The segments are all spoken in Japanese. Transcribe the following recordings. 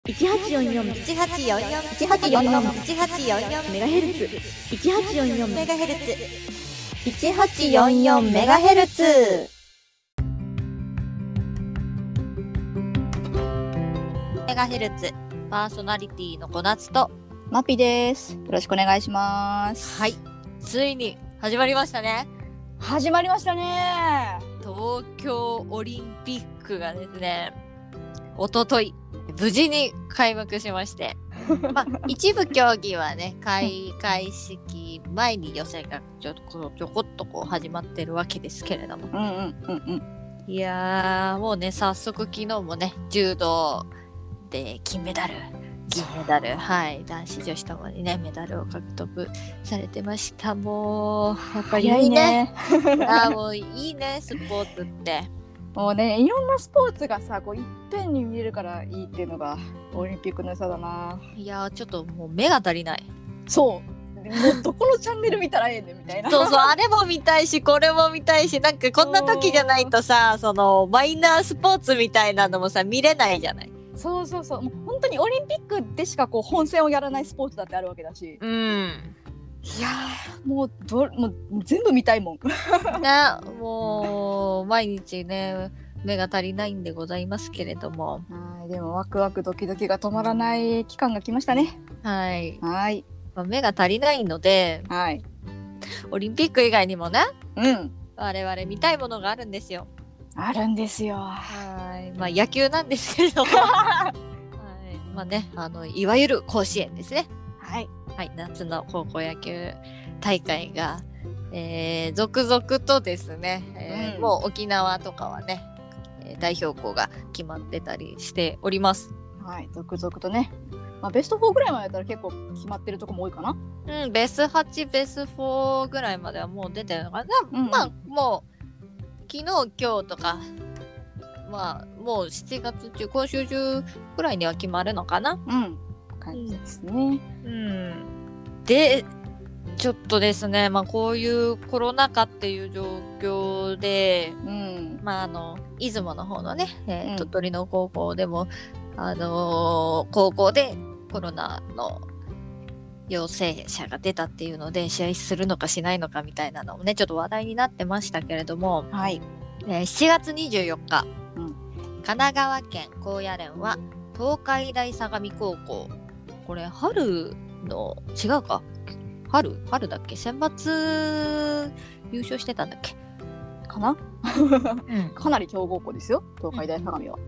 一八四四一八四四一八四四一八四四メガヘルツ一八四四メガヘルツ一八四四メガヘルツメガヘルツパーソナリティの小夏とマピです。よろしくお願いします。はいついに始まりましたね始まりましたね。東京オリンピックがですね一昨日無事に開幕しま して、まあ、一部競技はね開会式前に予選がちょこちょこっとこう始まってるわけですけれどもうんうんうんいやーもうね早速昨日もね柔道で金メダル銀メダルはい男子女子ともにねメダルを獲得されてましたもうやっぱりいいね。あーもういいねスポーツってもうね、いろんなスポーツがさ、こういっぺんに見れるからいいっていうのがオリンピックの良さだな。いやーちょっともう目が足りないそう。もうどこのチャンネル見たらええねんみたいな。そうそうあれも見たいしこれも見たいしなんかこんな時じゃないとさそのマイナースポーツみたいなのもさ見れないじゃないそうそうそう。もう本当にオリンピックでしかこう本戦をやらないスポーツだってあるわけだし。うんいやーもうどもう全部見たいもん。なもう毎日ね目が足りないんでございますけれどもはい、でもワクワクドキドキが止まらない期間が来ましたね。はい、はいまあ、目が足りないのではい。オリンピック以外にもねうん。我々見たいものがあるんですよあるんですよ。はいまあ野球なんですけれ どもはいまあねあのいわゆる甲子園ですねはい。はい、夏の高校野球大会が、えー続々とですね、えーうんもう沖縄とかはね、えー代表校が決まってたりしております。はい、続々とね。まあベスト4ぐらいまでやったら結構決まってるとこも多いかな。うん、ベス8、ベス4ぐらいまではもう出てるのかな、うんまあもう昨日、今日とか、まあもう7月中、今週中ぐらいには決まるのかな。うん。感じですね。うん、でちょっとですね、まあ、こういうコロナ禍っていう状況で、うん。まあ、あの出雲の方のね、えーうん鳥取の高校でも、あのー高校でコロナの陽性者が出たっていうので試合するのかしないのかみたいなのもねちょっと話題になってましたけれども、はい。えー7月24日、うん神奈川県高野連は東海大相模高校これ春の違うか春春だっけ選抜優勝してたんだっけ、かな。うんかなり強豪校ですよ。東海大相模は。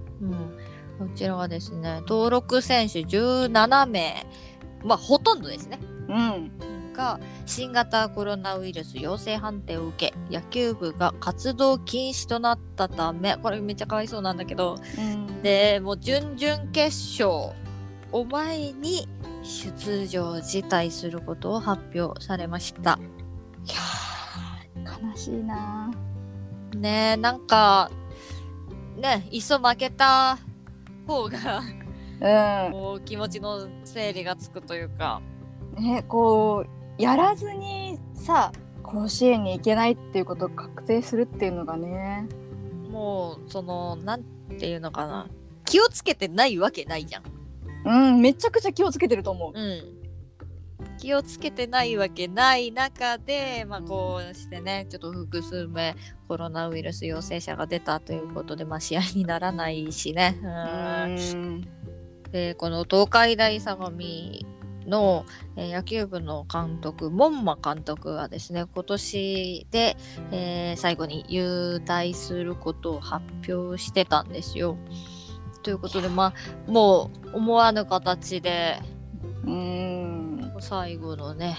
こちらはですね登録選手17名まあほとんどですねうん。が新型コロナウイルス陽性判定を受け野球部が活動禁止となったためこれめっちゃかわいそうなんだけどうん。でもう準々決勝を前に出場辞退することを発表されましたいやー悲しいなねえなんかねいっそ負けた方がー。うん。こう気持ちの整理がつくというかね、こうやらずにさ甲子園に行けないっていうことを確定するっていうのがねもうそのなんていうのかな気をつけてないわけないじゃん、うんめちゃくちゃ気をつけてると思ううん、気をつけてないわけない中で、まあ、こうしてねちょっと複数名コロナウイルス陽性者が出たということで、まあ、試合にならないしね。ううんんでこの東海大相模の、えー野球部の監督門馬監督がですね今年で、えー最後に優退することを発表してたんですよ。ということでまあもう思わぬ形でうん最後のね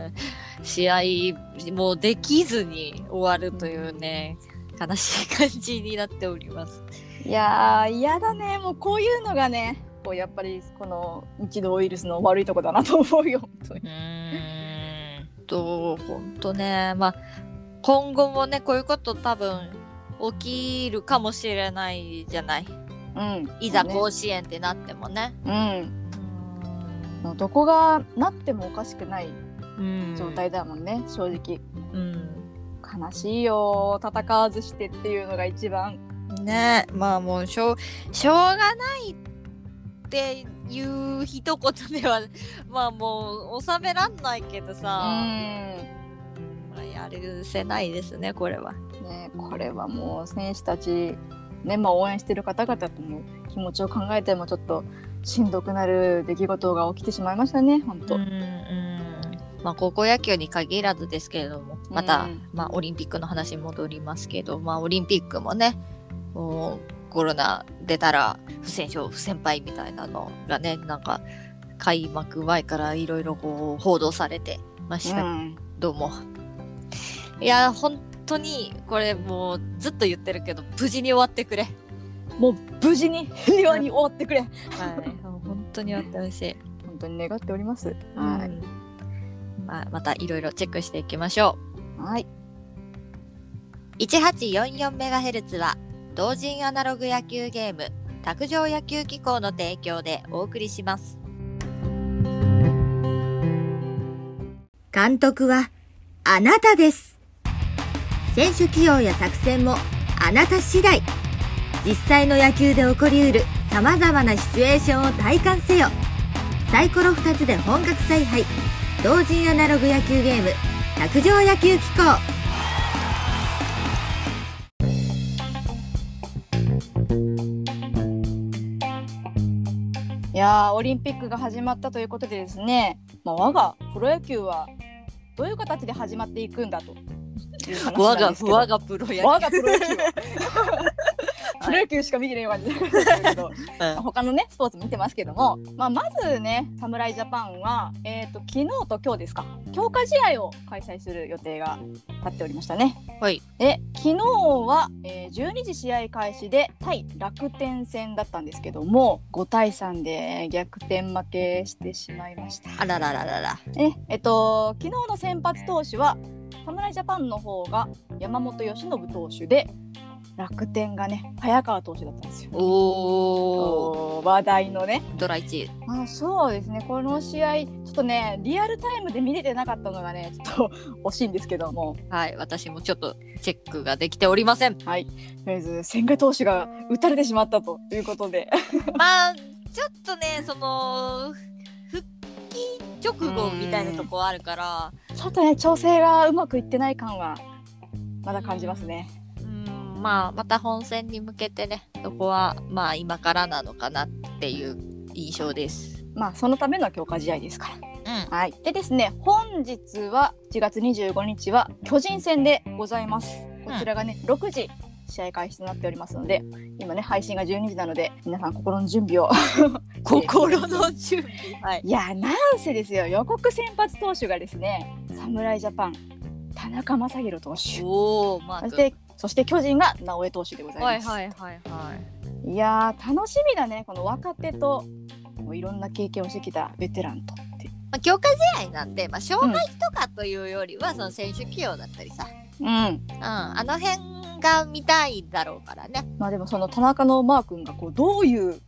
試合もうできずに終わるというね悲しい感じになっております。いやー嫌だねもうこういうのがねこうやっぱりこの一度ウイルスの悪いとこだなと思うよ本当にうーんと本当ねまあ今後もねこういうこと多分起きるかもしれないじゃないうんいざこ甲子園ってなってもね。うねうんどこがなってもおかしくないうん状態だもんね正直うん悲しいよ戦わずしてっていうのが一番ねまあもうしょうしょうがないっていう一言では まあもう収めらんないけどうさ、んまあやるせないですねこれは。ね、これはもう選手たち、ねまあ、応援してる方々との気持ちを考えてもちょっとしんどくなる出来事が起きてしまいましたね本当、うんうんまあ、高校野球に限らずですけれどもまた、うんまあ、オリンピックの話に戻りますけど、まあ、オリンピックもねもうコロナ出たら不戦勝不戦敗みたいなのがねなんか開幕前からいろいろこう報道されてましたけどうんどうも。いや、本当に、これもうずっと言ってるけど、無事に終わってくれ。はもう無事に平和に終わってくれい、 本当に終わってほしい。本当に願っております、は。はいまあ、またいろいろチェックしていきましょいはい、う。1844メガヘルツは、同人アナログ野球ゲーム、卓上野球機構の提供でお送りします。監督はあなたです選手起用や作戦もあなた次第実際の野球で起こりうる様々なシチュエーションを体感せよサイコロ2つで本格采配同人アナログ野球ゲーム卓上野球機構いやーオリンピックが始まったということでですね、まあ、我がプロ野球はどういう形で始まっていくんだという話な我んがで、すけど我がプロ野 球。我がプロ野球は プロ野球しか見てない感じだけど、まあ他のねスポーツ見てますけども、まあ、まずね侍ジャパンは、えー、と昨日と今日ですか強化試合を開催する予定が立っておりましたね。はいで昨日は、えー12時試合開始で対楽天戦だったんですけども5対3で逆転負けしてしまいました。あららららら。ねえっと、昨日の先発投手は侍ジャパンの方が山本由伸投手で楽天がね早川投手だったんですよ。おー、話題のねドラ1。あそうですねこの試合ちょっとねリアルタイムで見れてなかったのがねちょっと惜しいんですけどもはい、私もちょっとチェックができておりま せん。はいとりあえず千賀投手が打たれてしまったということで まあちょっとねその復帰直後みたいなとこあるからちょっとね調整がうまくいってない感はまだ感じますね。うんまあまた本戦に向けてねそこはまあ今からなのかなっていう印象です。まあそのための強化試合ですから。うん、はい、でですね本日は1月25日は巨人戦でございますこちらがね、6時試合開始となっておりますので今ね配信が12時なので皆さん心の準備を心の準備、はい、いやーなんせですよ予告先発投手がですね侍ジャパン田中将大投手そおおまあしてそして巨人が直江投手でございはまいす、はいはいはいい、やー楽しみだねこの若手ともういろんな経験をしてきたベテランとっていうまあ、強化試合なんで、まあ、障害とかというよりは、その選手起用だったりさ、うんうん、あの辺が見たいだろうからね。まあでもその田中のマー君がこうどういう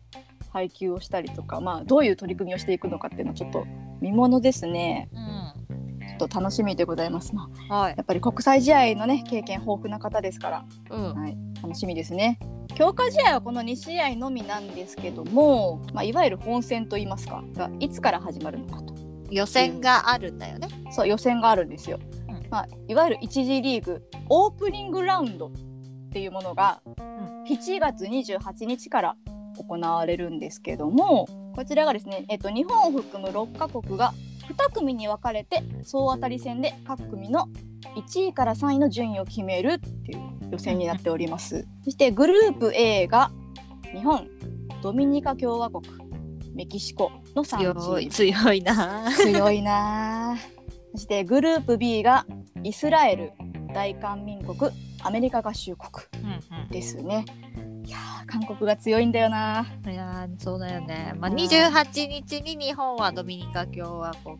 配球をしたりとか、まあ、どういう取り組みをしていくのかっていうのはちょっと見ものですねうん、ちょっと楽しみでございます、まあ、はい、やっぱり国際試合のね経験豊富な方ですからうん、楽しみですね強化試合はこの2試合のみなんですけども、まあ、いわゆる本戦といいますかがいつから始まるのかと予選があるんだよね。そう予選があるんですようん、まあ、いわゆる1次リーグオープニングラウンドっていうものが7月28日から行われるんですけどもこちらがですね、えっと、日本を含む6カ国が2組に分かれて総当たり戦で各組の1位から3位の順位を決めるっていう予選になっております。そしてグループ A が日本ドミニカ共和国メキシコの3チーム強い強いなぁ強いなあそしてグループ B がイスラエル大韓民国アメリカ合衆国ですねいやあ韓国が強いんだよないやーそうだよね、まあ、うん28日に日本はドミニカ共和国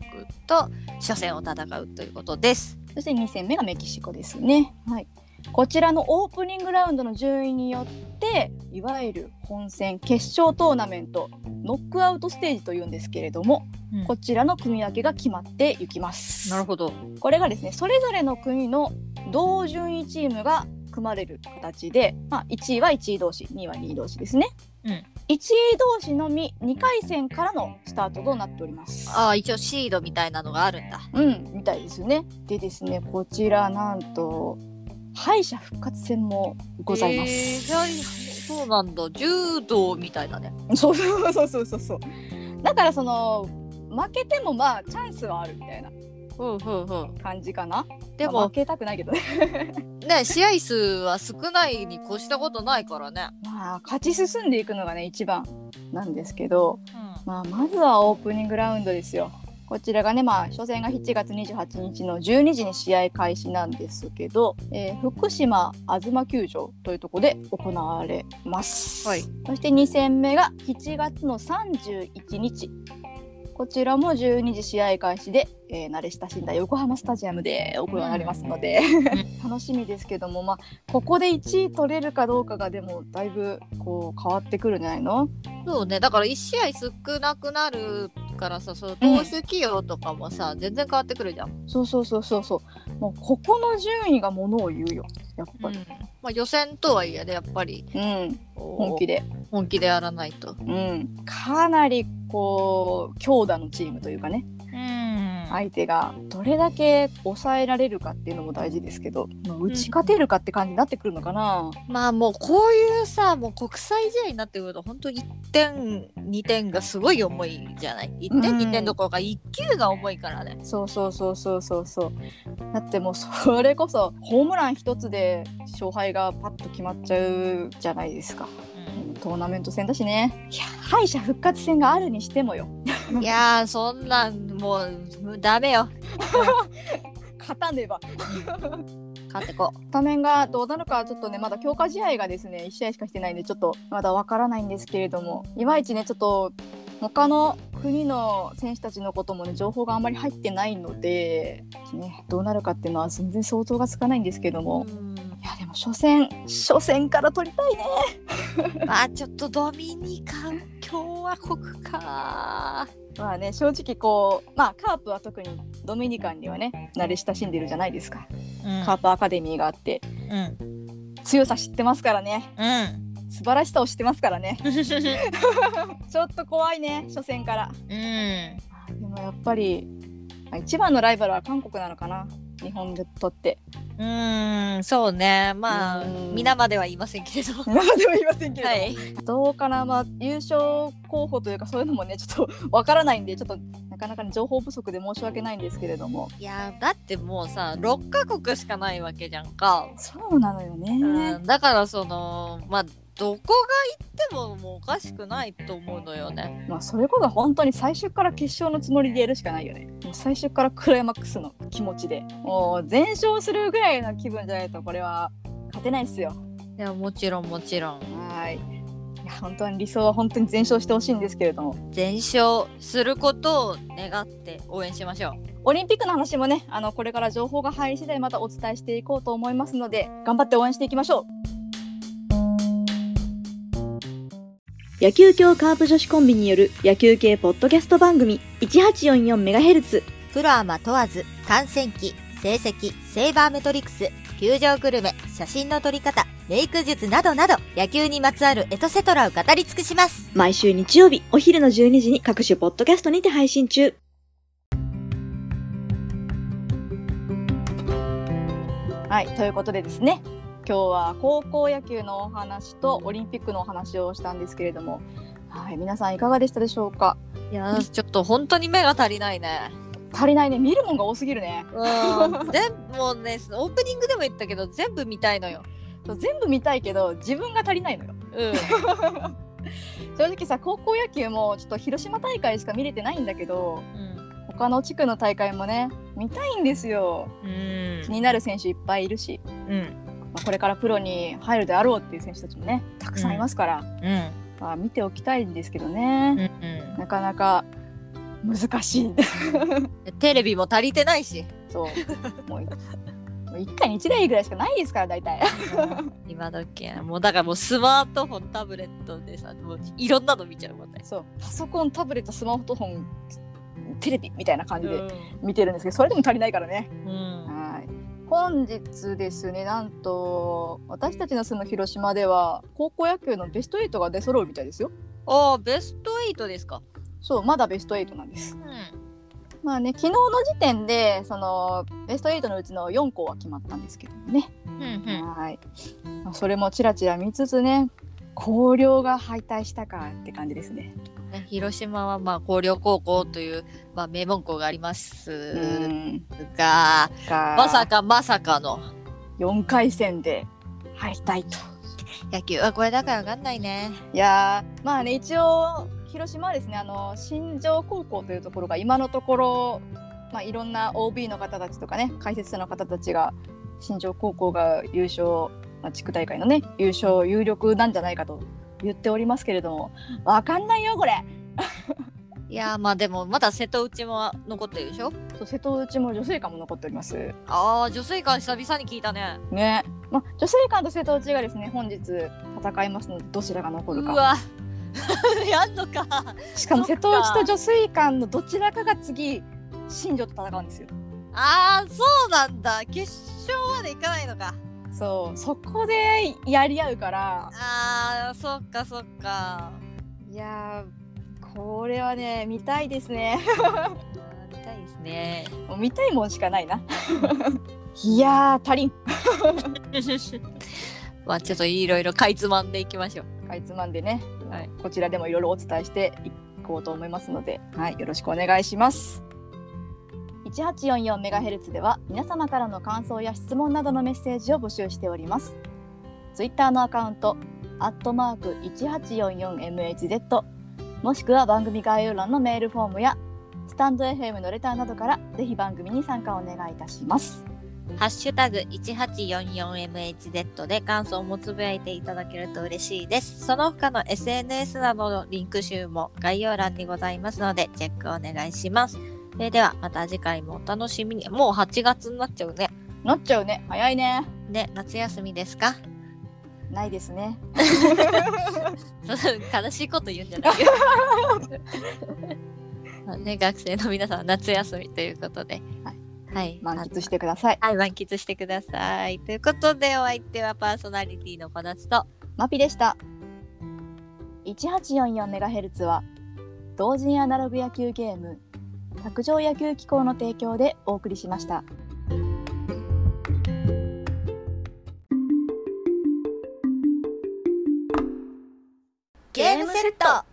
と初戦を戦うということですそして2戦目がメキシコですねはいこちらのオープニングラウンドの順位によっていわゆる本戦決勝トーナメントノックアウトステージというんですけれども、うんこちらの組み分けが決まっていきます。ほどこれがですねそれぞれの国の同順位チームが組まれる形で、まあ、1位は1位同士2位は2位同士ですね。うん1位同士のみ2回戦からのスタートとなっております。ああ、一応シードみたいなのがあるんだ。うん、みたいですね。でですね、こちらなんと敗者復活戦もございます。えーはいそうなんだ。柔道みたいだね。そうそうそうそうそうそう。だからその負けてもまあチャンスはあるみたいなうんうんうん。感じかな。でまあも負けたくないけどね。ね、試合数は少ないに越したことないからね。まあ勝ち進んでいくのがね一番なんですけど、まあまずはオープニングラウンドですよ。こちらがね、まあ、初戦が7月28日の12時に試合開始なんですけど、えー福島あずま球場というところで行われます、はいそして2戦目が7月の31日こちらも12時試合開始で、えー慣れ親しんだ横浜スタジアムで行われますので、 楽しみですけども、まあ、ここで1位取れるかどうかがでもだいぶこう変わってくるんじゃないのそうね。だから一試合少なくなるからさ、その投手起用とかもさ、全然変わってくるじゃん。そうそうそうそうそう。もうここの順位がものを言うよ。やっぱり。まあ予選とはいえね、やっぱりうん、本本気で。本気でやらないと。うん。かなりこう強打のチームというかね、うん相手がどれだけ抑えられるかっていうのも大事ですけど、まあ打ち勝てるかって感じになってくるのかな。まあもうこういうさもう国際試合になってくると本当1点2点がすごい重いじゃない1う点ん2点どころか1球が重いからねそうそうそうそうそうそう。だってもうそれこそホームラン一つで勝敗がパッと決まっちゃうじゃないですか。トーナメント戦だしね。いや敗者復活戦があるにしてもよ。いやーそんなんもうダメよ勝たねば。勝ってこスタメンがどうなるかちょっとねまだ強化試合がですね1試合しかしてないんでちょっとまだわからないんですけれどもいまいちねちょっと他の国の選手たちのこともね情報があんまり入ってないので、ね、どうなるかっていうのは全然想像がつかないんですけどうも、んいやでも初戦初戦から取りたいねまあちょっとドミニカ共和国かまあね正直こうまあカープは特にドミニカンにはね慣れ親しんでるじゃないですか、うんカープアカデミーがあってうん強さ知ってますからね素晴らしさを知ってますからねちょっと怖いね初戦から。うんでもやっぱりあ一番のライバルは韓国なのかな日本にとって。うんそうねまあうん皆までは言いませんけれど まあでも言いませんけれども、はいどうかな、まあ、優勝候補というかそういうのもねちょっとわからないんでちょっとなかなか、ね、情報不足で申し訳ないんですけれども いやーだってもうさ6カ国しかないわけじゃんか、そうなのようね。ん、だからそのまあどこが行ってももうおかしくないと思うのよねまあ、それこそ本当に最初から決勝のつもりでやるしかないよね。もう最初からクライマックスの気持ちでもう全勝するぐらいの気分じゃないとこれは勝てないっすよ。いやもちろんもちろんはいいや本当に理想は本当に全勝してほしいんですけれども。全勝することを願って応援しましょオリンピックの話もねあのこれから情報が入り次第またお伝えしていこうと思いますので頑張って応援していきましょう野球協カープ女子コンビによる野球系ポッドキャスト番組 1844MHz プロアマ問わず、観戦記、成績、セーバーメトリクス、球場グルメ、写真の撮り方、メイク術などなど、野球にまつわるエトセトラを語り尽くします。毎週日曜日お昼の12時に各種ポッドキャストにて配信中はいということでですね今日は高校野球のお話とオリンピックのお話をしたんですけれどもはい皆さんいかがでしたでしょうかういやーちょっと本当に目が足りないね足りないね見るもんが多すぎるねうん 全部もうねオープニングでも言ったけど全部見たいのよそう全部見たいけど自分が足りないのようん正直さ高校野球もちょっと広島大会しか見れてないんだけど他の地区の大会もね見たいんですようん気になる選手いっぱいいるしうんまあこれからプロに入るであろうっていう選手たちもねたくさんいますから、うんまあ、見ておきたいんですけどね、うなかなか難し いんテレビも足りてないしそうもうもう1回に1台ぐらいしかないですから大 体今時はもうだからもうスマートフォンタブレットでさもういろんなの見ちゃうもんね、そうパソコンタブレットスマートフォンテレビみたいな感うじでん見てるんですけどそれでも足りないからねうんはい本日ですねなんと私たちの住む広島では高校野球のベスト8が出揃うみたいですよああ、ベスト8ですか。そうまだベスト8なんですう。ん。まあね昨日の時点でそのベスト8のうちの4校は決まったんですけどもね、うんうん。はい、まあ、それもちらちら見つつね広陵が敗退したかって感じですね。ね広島はまあ広陵高校という、まあ、名門校がありますうん、が、ままさかまさかの4回戦で敗退と。野球はこれだからわかんないね。いやーまあね一応広島はですねあの新庄高校というところが今のところ、まあ、いろんな OB の方たちとかね解説者の方たちが新庄高校が優勝、まあ、地区大会のね優勝有力なんじゃないかと言っておりますけれどもわかんないよこれいやーまあでもまだ瀬戸内も残ってるでしょそう瀬戸内も女性館も残っておりますああ女性館久々に聞いたねね、まあ、女性館と瀬戸内がですね本日戦いますのでどちらが残うるかわ やんのかしかも瀬戸内と女性館のどちらかが次新庄と戦うんですよああそうなんだ決勝まで行かないのかそうそこでやり合うからあーそっかそっかいやーこれはね見たいですね見たいですねもう 見たいもんしかないな いやー足りん まあちょっといろいろかいつまんでいきましょうかいつまんでね、はいこちらでもいろいろお伝えしていこうと思いますので、はい、よろしくお願いします。1844MHz では皆様からの感想や質問などのメッセージを募集しております。Twitter のアカウント、アットマーク 1844MHz、もしくは番組概要欄のメールフォームや、スタンド FM のレターなどからぜひ番組に参加をお願いいたします。ハッシュタグ 1844MHz で感想もつぶやいていただけると嬉しいです。その他の SNS などのリンク集も概要欄にございますのでチェックお願いします。それではまた次回もお楽しみに。もう8月になっちゃうね。なっちゃうね。早いね。ね、夏休みですか ないですね。悲しいこと言うんじゃないよ。 まあね、学生の皆さん夏休みということで。はいはい。満喫してください。はい、満喫してください。ということで、お相手はパーソナリティの小夏と、マピでした。1844MHz は同人アナログ野球ゲーム卓上野球機構の提供でお送りしました。ゲームセット